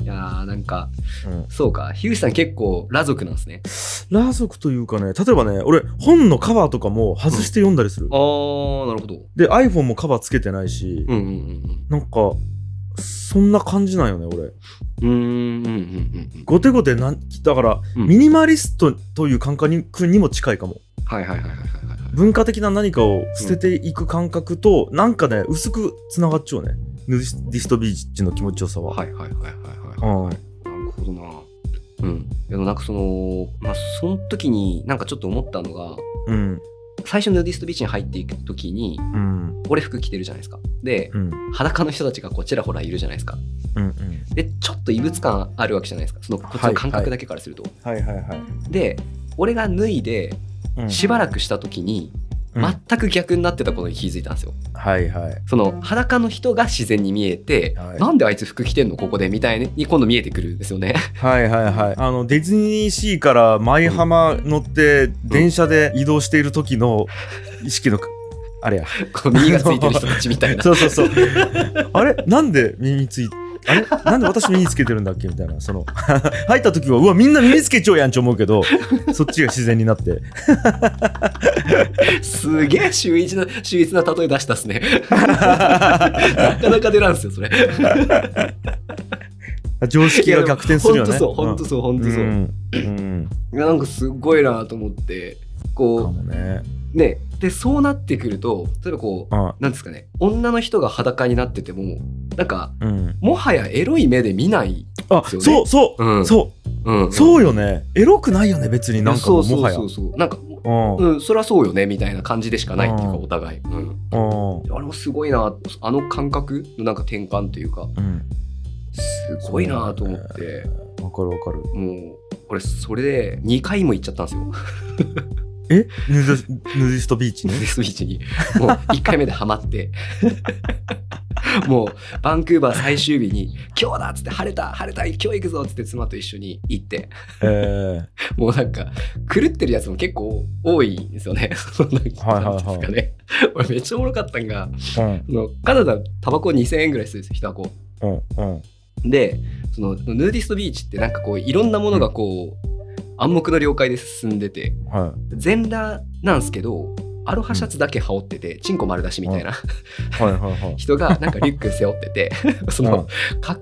[SPEAKER 1] いやーなんか
[SPEAKER 2] うん、
[SPEAKER 1] そうか樋口さん結構裸族なんですね
[SPEAKER 2] ラ族というかね例えばね俺本のカバーとかも外して読んだりする、
[SPEAKER 1] あーなるほど
[SPEAKER 2] で iPhone もカバーつけてないし、
[SPEAKER 1] うんうんうん
[SPEAKER 2] なんかそんな感じなんよね俺
[SPEAKER 1] うんうんうんうんうん
[SPEAKER 2] ゴテゴテなんだから、
[SPEAKER 1] うん
[SPEAKER 2] ミニマリストという感覚ににも近いかも
[SPEAKER 1] はいはいはいはいはいはい
[SPEAKER 2] 文化的な何かを捨てていく感覚と、なんかね薄くつながっちゃうねヌーディストビーチの気持ちよさは、
[SPEAKER 1] はいはいはいはいはいはい
[SPEAKER 2] うん
[SPEAKER 1] なるほどな。うん。でもなんかその、まあ、その時になんかちょっと思ったのが、
[SPEAKER 2] うん
[SPEAKER 1] 最初ヌーディストビーチに入っていく時に、
[SPEAKER 2] うん
[SPEAKER 1] 俺服着てるじゃないですか。で、
[SPEAKER 2] うん
[SPEAKER 1] 裸の人たちがこうちらほらいるじゃないですか。
[SPEAKER 2] うんうん
[SPEAKER 1] で、ちょっと異物感あるわけじゃないですか。その、こっちの感覚だけからすると。
[SPEAKER 2] はいはいはい、
[SPEAKER 1] で、俺が脱いで、
[SPEAKER 2] うん
[SPEAKER 1] しばらくした時に、
[SPEAKER 2] うん
[SPEAKER 1] 全く逆になってたことに気づいたんですよ。
[SPEAKER 2] はいはい
[SPEAKER 1] その裸の人が自然に見えて、
[SPEAKER 2] はい
[SPEAKER 1] なんであいつ服着てんのここでみたいに今度見えてくるんですよね。
[SPEAKER 2] はいはいはいあのディズニーシーから舞浜乗って電車で移動している時の意識のあれや
[SPEAKER 1] この耳がついてる人たちみたいな。
[SPEAKER 2] そうそうそう。あれなんで耳ついあれなんで私耳つけてるんだっけみたいな。その、 入った時は、うわ、みんな耳つけちゃうやんって思うけど、そっちが自然になって。
[SPEAKER 1] すげえ秀逸な、秀逸な例え出したっすね。なかなか出らんすよ、それ。
[SPEAKER 2] 常識が逆転するよね。
[SPEAKER 1] ほんとそう、ほんとそう、ほんとそう。
[SPEAKER 2] んうん。
[SPEAKER 1] いやなんかすごいなと思って、
[SPEAKER 2] うん。か
[SPEAKER 1] こ
[SPEAKER 2] もね。
[SPEAKER 1] う、ね、で、そうなってくると、例えばこう、
[SPEAKER 2] あ
[SPEAKER 1] なんですかね、女の人が裸になってても、なんか、
[SPEAKER 2] うん。
[SPEAKER 1] もはやエロい目で見ない。
[SPEAKER 2] あ、
[SPEAKER 1] ですよね
[SPEAKER 2] そうそう、
[SPEAKER 1] うん
[SPEAKER 2] そうう、
[SPEAKER 1] ん
[SPEAKER 2] そうよね。エロくないよね、別になんかもうもはや。
[SPEAKER 1] そううそうそうそう。なんか、
[SPEAKER 2] んうん
[SPEAKER 1] うん、そりゃそうよね、みたいな感じでしかないっていうか、
[SPEAKER 2] うん
[SPEAKER 1] お互い。うん。あれもすごいな、あの感覚のなんか転換というか、
[SPEAKER 2] うん。
[SPEAKER 1] すごいなと思って。
[SPEAKER 2] わかるわかる。
[SPEAKER 1] もう俺それで2回も行っちゃったんですよ、
[SPEAKER 2] えヌーディヌーディストビーチ
[SPEAKER 1] デ
[SPEAKER 2] ね。
[SPEAKER 1] スビーチに。もう1回目でハマって。 もうバンクーバー最終日に「今日だ!」っつって「晴れた晴れた今日行くぞ!」っつって妻と一緒に行って
[SPEAKER 2] えー、
[SPEAKER 1] もうなんか狂ってるやつも結構多いんですよね。 そのなんか
[SPEAKER 2] はいはいはい
[SPEAKER 1] なんですかね俺めっちゃおもろかったんが
[SPEAKER 2] うん
[SPEAKER 1] そのカナダタバコ2000円ぐらいするんですよ一箱。
[SPEAKER 2] うんうん。
[SPEAKER 1] でそのヌーディストビーチってなんかこういろんなものがこう暗黙の了解で進んでて
[SPEAKER 2] はい。
[SPEAKER 1] 全裸なんすけどアロハシャツだけ羽織ってて、チンコ丸出しみたいな
[SPEAKER 2] はいはいはい。
[SPEAKER 1] 人がなんかリュック背負って てそ
[SPEAKER 2] うん
[SPEAKER 1] の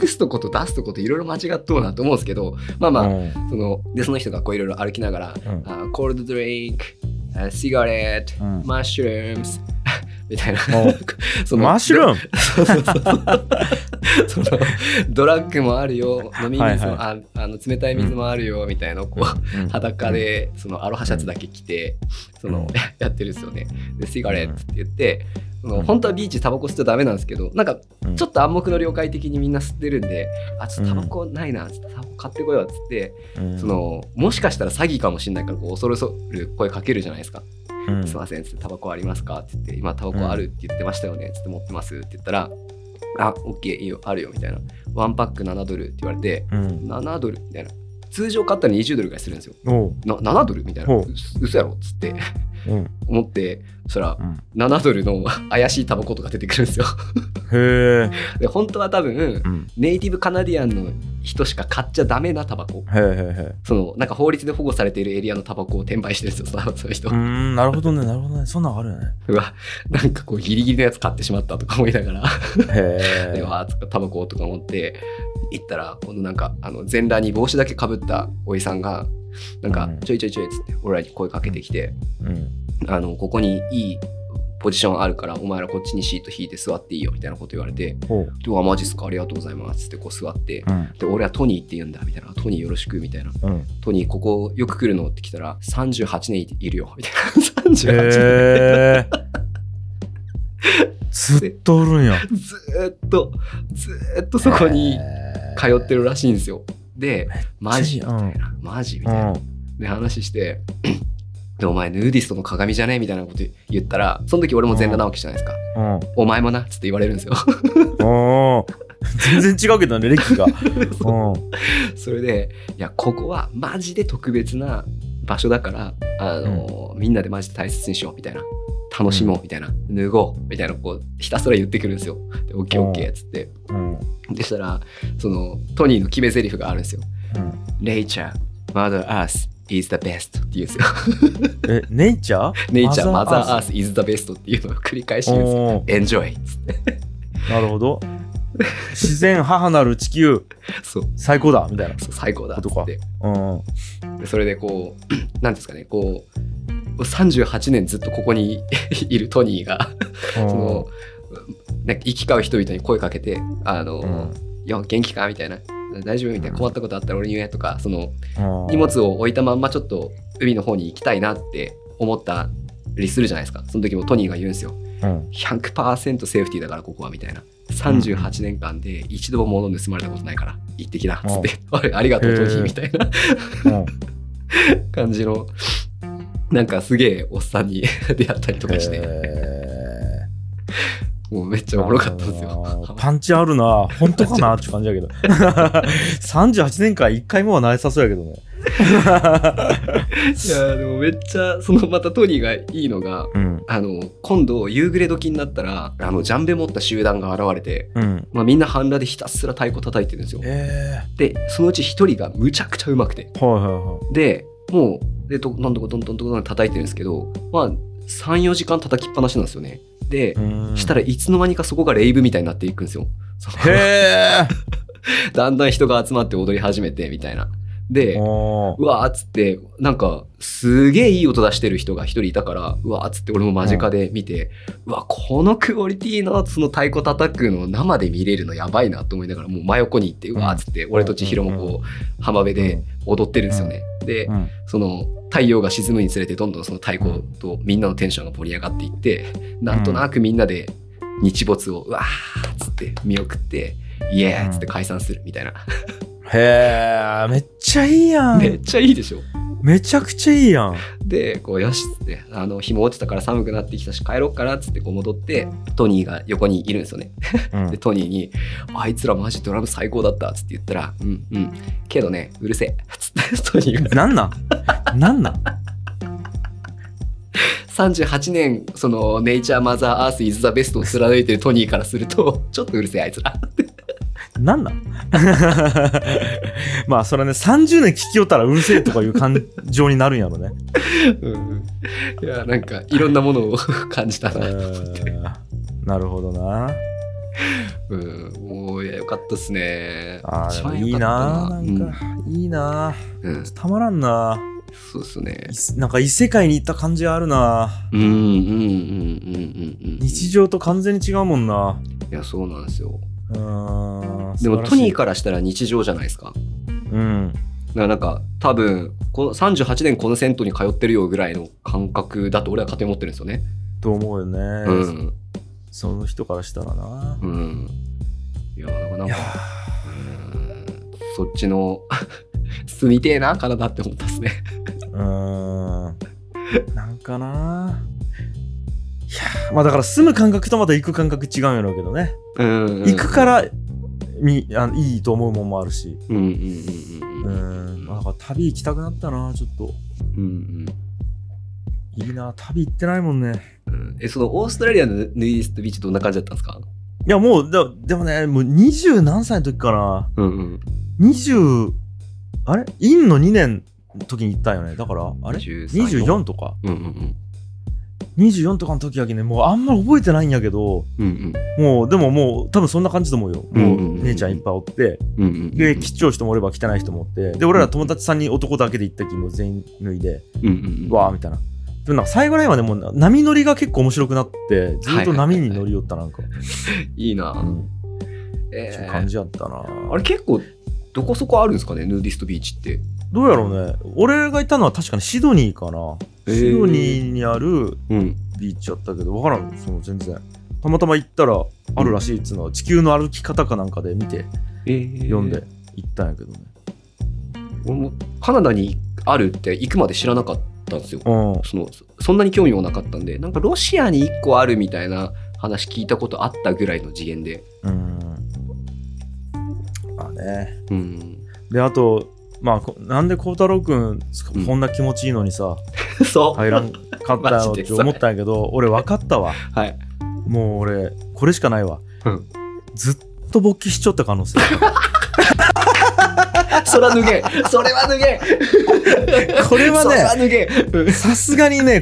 [SPEAKER 1] 隠すとこと出すとこといろいろ間違っとうなと思うんですけどまあまあ、
[SPEAKER 2] うん
[SPEAKER 1] そのでその人がこういろいろ歩きながら
[SPEAKER 2] う
[SPEAKER 1] 「
[SPEAKER 2] ん
[SPEAKER 1] コールドドリンク」「シガレット」
[SPEAKER 2] う
[SPEAKER 1] 「
[SPEAKER 2] ん
[SPEAKER 1] マッシュルームス」みたいな
[SPEAKER 2] お
[SPEAKER 1] その
[SPEAKER 2] マッシュルーム
[SPEAKER 1] そうそうそうそのドラッグもあるよ飲み水も、
[SPEAKER 2] はいは
[SPEAKER 1] ああの冷たい水もあるよみたいなこう 裸でそのアロハシャツだけ着てその やってるんですよね。で「シガレット」って言ってその本当はビーチタバコ吸っちゃダメなんですけどなんかちょ
[SPEAKER 2] っ
[SPEAKER 1] っと暗黙の了解的にみんな吸ってるんで「あちょっとタバコないな」ちょっとタバコ買ってこようっつって
[SPEAKER 2] と
[SPEAKER 1] そ、のもしかしたら詐欺かもしれないからこう恐る恐る声かけるじゃないですか。
[SPEAKER 2] うん
[SPEAKER 1] すいません」つって「タバコありますか?」って言って「今タバコあるって言ってましたよね」つって「持ってます」って言ったら「あオッケーいいよあるよ」みたいな「ワンパック7ドル」って言われて「
[SPEAKER 2] うん
[SPEAKER 1] 7ドル」みたいな通常買ったら20ドルぐらいするんですよ
[SPEAKER 2] おう
[SPEAKER 1] 「な7ドル?」みたいな
[SPEAKER 2] ほう
[SPEAKER 1] う「嘘やろ」っつって
[SPEAKER 2] うん
[SPEAKER 1] 思ってそしたら
[SPEAKER 2] うん
[SPEAKER 1] 7ドルの 怪しいタバコとか出てくるんですよ
[SPEAKER 2] へえ、
[SPEAKER 1] で本当は多分
[SPEAKER 2] うん、
[SPEAKER 1] ネイティブカナディアンの人しか買っちゃダメなタバコ
[SPEAKER 2] へえへえ へえ
[SPEAKER 1] そのなんか法律で保護されているエリアのタバコを転売してるんですよそのその人
[SPEAKER 2] うーんなるほどねなるほどねそんなんあるよね
[SPEAKER 1] うわなんかこうギリギリのやつ買ってしまったとか思いながら
[SPEAKER 2] へ
[SPEAKER 1] で
[SPEAKER 2] え
[SPEAKER 1] わーっとタバコとか持って行ったらこのなんかあの全裸に帽子だけかぶったおじさんがなんか
[SPEAKER 2] うん
[SPEAKER 1] ちょいちょいちょいっつって俺らに声かけてきて、
[SPEAKER 2] うん
[SPEAKER 1] あのここにいいポジションあるからお前らこっちにシート引いて座っていいよみたいなこと言われて
[SPEAKER 2] ほう
[SPEAKER 1] 「でうわマジっすかありがとうございます」ってこう座って
[SPEAKER 2] うん
[SPEAKER 1] で俺はトニーって言うんだみたいなトニーよろしくみたいな
[SPEAKER 2] うん
[SPEAKER 1] トニーここよく来るのって来たら38年いるよみたいな 38年、
[SPEAKER 2] へえずっとおるんや
[SPEAKER 1] ずーっとずーっとそこに通ってるらしいんですよでマジみたいなマジみ
[SPEAKER 2] う
[SPEAKER 1] たい
[SPEAKER 2] ん
[SPEAKER 1] なで話して でお前ヌーディストの鏡じゃねみたいなこと言ったらその時俺も全裸直樹じゃないですか
[SPEAKER 2] うん
[SPEAKER 1] お前もなっつって言われるんですよ
[SPEAKER 2] うん全然違うけどね 歴がうん
[SPEAKER 1] それでいやここはマジで特別な場所だからあの、みんなでマジで大切にしようみたいな楽しもうみたいな、脱ごうみたいなこうひたすら言ってくるんですよでオッケーオッケーっつって
[SPEAKER 2] うん
[SPEAKER 1] でしたらそのトニーの決め台詞があるんですよ「Nature Mother Earth is the best」って言 うんですよ
[SPEAKER 2] えネイ チャー
[SPEAKER 1] 「Nature
[SPEAKER 2] Mother
[SPEAKER 1] Mother
[SPEAKER 2] Earth
[SPEAKER 1] Earth is the best」っていうのを繰り返し言うんですよ
[SPEAKER 2] おー
[SPEAKER 1] 「Enjoy」っつって
[SPEAKER 2] なるほど自然母なる地球
[SPEAKER 1] そう
[SPEAKER 2] 最高だみたいな
[SPEAKER 1] そう最高だっつって
[SPEAKER 2] うん
[SPEAKER 1] でそれでこう なんですかねこう38年ずっとここに いるトニーがそのなんか行き交う人々に声かけて「あの
[SPEAKER 2] うん
[SPEAKER 1] いや元気か?」みたいな「大丈夫?」みたいな「困ったことあったら俺に言え」とかその
[SPEAKER 2] うん
[SPEAKER 1] 荷物を置いたまんまちょっと海の方に行きたいなって思ったりするじゃないですかその時もトニーが言うんですよ
[SPEAKER 2] うん
[SPEAKER 1] 100%セーフティーだからここはみたいな38年間で一度も物盗まれたことないから行ってきなっつって「 あれありがとうトニー」みたいな
[SPEAKER 2] うん
[SPEAKER 1] 感じのなんかすげえおっさんに 出会ったりとかして
[SPEAKER 2] えー
[SPEAKER 1] もうめっちゃおもろかったんですよ。
[SPEAKER 2] あーパンチあるな本当かなって感じやけど 38年間一回もはなれさそうやけどね
[SPEAKER 1] いやーでもめっちゃそのまたトニーがいいのが
[SPEAKER 2] うん
[SPEAKER 1] あの今度夕暮れ時になったらあのジャンベ持った集団が現れて、
[SPEAKER 2] うん
[SPEAKER 1] まあ、みんな半裸でひたすら太鼓叩いてるんですよ。
[SPEAKER 2] え
[SPEAKER 1] でそのうち一人がむちゃくちゃうまくて
[SPEAKER 2] ー、はいはいはい
[SPEAKER 1] でもうでどなんとかどんどんどんどん叩いてるんですけどまあ34時間叩きっぱなしなんですよね。で、
[SPEAKER 2] うん
[SPEAKER 1] したらいつの間にかそこがレイブみたいになっていくんですよ。その
[SPEAKER 2] へ
[SPEAKER 1] だんだん人が集まって踊り始めてみたいな。
[SPEAKER 2] え。
[SPEAKER 1] で、
[SPEAKER 2] お
[SPEAKER 1] うわーっつって、なんか、すげえいい音出してる人が一人いたから、うわーっつって俺も間近で見て、うわ、このクオリティのその太鼓叩くのを生で見れるのやばいなと思いながら、もう真横に行って、うわーっつって、俺と千尋もこう、浜辺で踊ってるんですよね。で
[SPEAKER 2] う、ん。
[SPEAKER 1] その太陽が沈むにつれてどんどんその太鼓とみんなのテンションが盛り上がっていってなんとなくみんなで日没をうわーっつって見送ってイエーっつって解散するみたいな、
[SPEAKER 2] へえ。めっちゃいいやん。
[SPEAKER 1] めっちゃいいでしょ
[SPEAKER 2] めちゃくちゃいいやん。
[SPEAKER 1] でこうよしっつってあの日も落ちたから寒くなってきたし帰ろっかなっつってこう戻ってトニーが横にいるんですよね
[SPEAKER 2] うん
[SPEAKER 1] でトニーに「あいつらマジドラム最高だった」っつって言ったら「うんうんけどねうるせえ」っつってトニーが
[SPEAKER 2] なんなんなんなん
[SPEAKER 1] 38年そのネイチャーマザーアースイズザベストを貫いてるトニーからするとちょっとうるせえあいつら
[SPEAKER 2] なんなん まあそれはね30年聞きよったらうるせえとかいう感情になるんや ろね。
[SPEAKER 1] いやなんかいろんなものを感じた
[SPEAKER 2] え
[SPEAKER 1] な、
[SPEAKER 2] ーなるほどな。
[SPEAKER 1] うん、もういやよかったっすね
[SPEAKER 2] あ
[SPEAKER 1] 一
[SPEAKER 2] ーでも
[SPEAKER 1] 番
[SPEAKER 2] いい
[SPEAKER 1] 良
[SPEAKER 2] な。
[SPEAKER 1] か
[SPEAKER 2] な
[SPEAKER 1] った
[SPEAKER 2] んか、いいな。
[SPEAKER 1] うんうん、
[SPEAKER 2] たまらんな。
[SPEAKER 1] そうっすね
[SPEAKER 2] いすなんか異世界に行った感じあるな。
[SPEAKER 1] うんうんうんうんうんうん
[SPEAKER 2] 日常と完全に違うもんな。
[SPEAKER 1] いやそうなんですよ
[SPEAKER 2] うーん。
[SPEAKER 1] でも
[SPEAKER 2] 素晴らしい
[SPEAKER 1] トニーからしたら日常じゃないですか
[SPEAKER 2] うん。
[SPEAKER 1] だからなんか多分この38年この銭湯に通ってるよぐらいの感覚だと俺は勝手に思ってるんですよね、
[SPEAKER 2] と思うよね、
[SPEAKER 1] うん
[SPEAKER 2] その人からしたらな、
[SPEAKER 1] うんいやだからなん
[SPEAKER 2] い
[SPEAKER 1] か
[SPEAKER 2] やー
[SPEAKER 1] そっちの 住みてえな体って思ったっすね。
[SPEAKER 2] うーんなんかないやーまあだから住む感覚とまた行く感覚違うんやろうけどね、
[SPEAKER 1] うんうん
[SPEAKER 2] 行くからみあいいと思うもんもあるし
[SPEAKER 1] うんうんう
[SPEAKER 2] う
[SPEAKER 1] んうん
[SPEAKER 2] ーんまあだから旅行きたくなったなちょっと
[SPEAKER 1] うん
[SPEAKER 2] いいな旅行ってないもんね
[SPEAKER 1] うんうんえそのオーストラリアのヌイーストビーチどんな感じだったんですか
[SPEAKER 2] いやもうででもねもう二十何歳の時かな
[SPEAKER 1] うんうん
[SPEAKER 2] 二十あれ院の2年の時に行ったよねだからあれ
[SPEAKER 1] 23
[SPEAKER 2] 24とか
[SPEAKER 1] うんうん
[SPEAKER 2] 24とかの時だけねもうあんまり覚えてないんやけど
[SPEAKER 1] うん
[SPEAKER 2] もうでももう多分そんな感じと思うよも
[SPEAKER 1] うんうんうん
[SPEAKER 2] う
[SPEAKER 1] うん
[SPEAKER 2] 姉ちゃんいっぱいおって
[SPEAKER 1] うんうんうん
[SPEAKER 2] で汚い人もおれば汚い人もおってで俺ら友達さんに男だけで行った時も全員脱いで
[SPEAKER 1] うんうん
[SPEAKER 2] わーみたいな。でもなんか最後らへんはねもう波乗りが結構面白くなってずっと波に乗り寄ったなんか、
[SPEAKER 1] いいな
[SPEAKER 2] うん
[SPEAKER 1] え
[SPEAKER 2] そういう感
[SPEAKER 1] ー
[SPEAKER 2] じやったな
[SPEAKER 1] あれ結構どこそこあるんですかねヌーディストビーチって
[SPEAKER 2] どうやろうね俺がいたのは確かにシドニーかな、
[SPEAKER 1] へー
[SPEAKER 2] シドニーにある
[SPEAKER 1] うん
[SPEAKER 2] ビーチやったけど分からんその全然たまたま行ったらあるらしいっつうのは地球の歩き方かなんかで見て読
[SPEAKER 1] 読
[SPEAKER 2] んで行ったんやけどね、
[SPEAKER 1] 俺もカナダにあるって行くまで知らなかったんですよ
[SPEAKER 2] うん
[SPEAKER 1] そのそんなに興味もなかったんでなんかロシアに1個あるみたいな話聞いたことあったぐらいの次元で
[SPEAKER 2] うんまあね
[SPEAKER 1] うん
[SPEAKER 2] であとまあこなんで孝太郎くんこんな気持ちいいのにさ
[SPEAKER 1] そう
[SPEAKER 2] 入らんか ったよって思ったんやけど俺分かったわ
[SPEAKER 1] はい
[SPEAKER 2] もう俺これしかないわ、
[SPEAKER 1] うん
[SPEAKER 2] ずっと勃起しちゃった可 能性
[SPEAKER 1] そら脱げんそれは脱げん
[SPEAKER 2] これは
[SPEAKER 1] そ
[SPEAKER 2] ね
[SPEAKER 1] ら脱げんうん
[SPEAKER 2] さすがにね、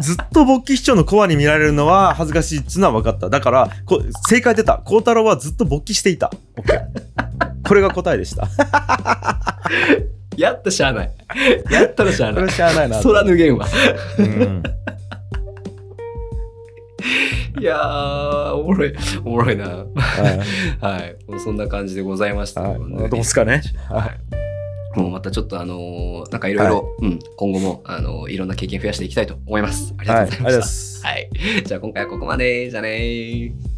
[SPEAKER 2] ずずっと勃起市長のコアに見られるのは恥ずかしいっつうのは分かった。だから、こ正解出た。孝太郎はずっと勃起していた。オッケーこれが答えで した。
[SPEAKER 1] やったしゃあないやったらしゃあ
[SPEAKER 2] こ
[SPEAKER 1] な
[SPEAKER 2] れ
[SPEAKER 1] い
[SPEAKER 2] しゃあないな。
[SPEAKER 1] そら脱げんわ
[SPEAKER 2] うん。
[SPEAKER 1] いやーおもろいおもろいな
[SPEAKER 2] はい
[SPEAKER 1] はいもうそんな感じでございました
[SPEAKER 2] はい
[SPEAKER 1] もうね
[SPEAKER 2] どうですかね。
[SPEAKER 1] はい。もうまたちょっとあのーなんかいろいろ、うん、今後も、あのーいろんな経験増やしていきたいと思います。あり
[SPEAKER 2] はい、あ
[SPEAKER 1] が
[SPEAKER 2] り
[SPEAKER 1] と
[SPEAKER 2] が
[SPEAKER 1] う
[SPEAKER 2] とう
[SPEAKER 1] ございま
[SPEAKER 2] ござ
[SPEAKER 1] し
[SPEAKER 2] いま
[SPEAKER 1] た。
[SPEAKER 2] す。
[SPEAKER 1] はい。じゃあ今回はここまで。じゃあねー。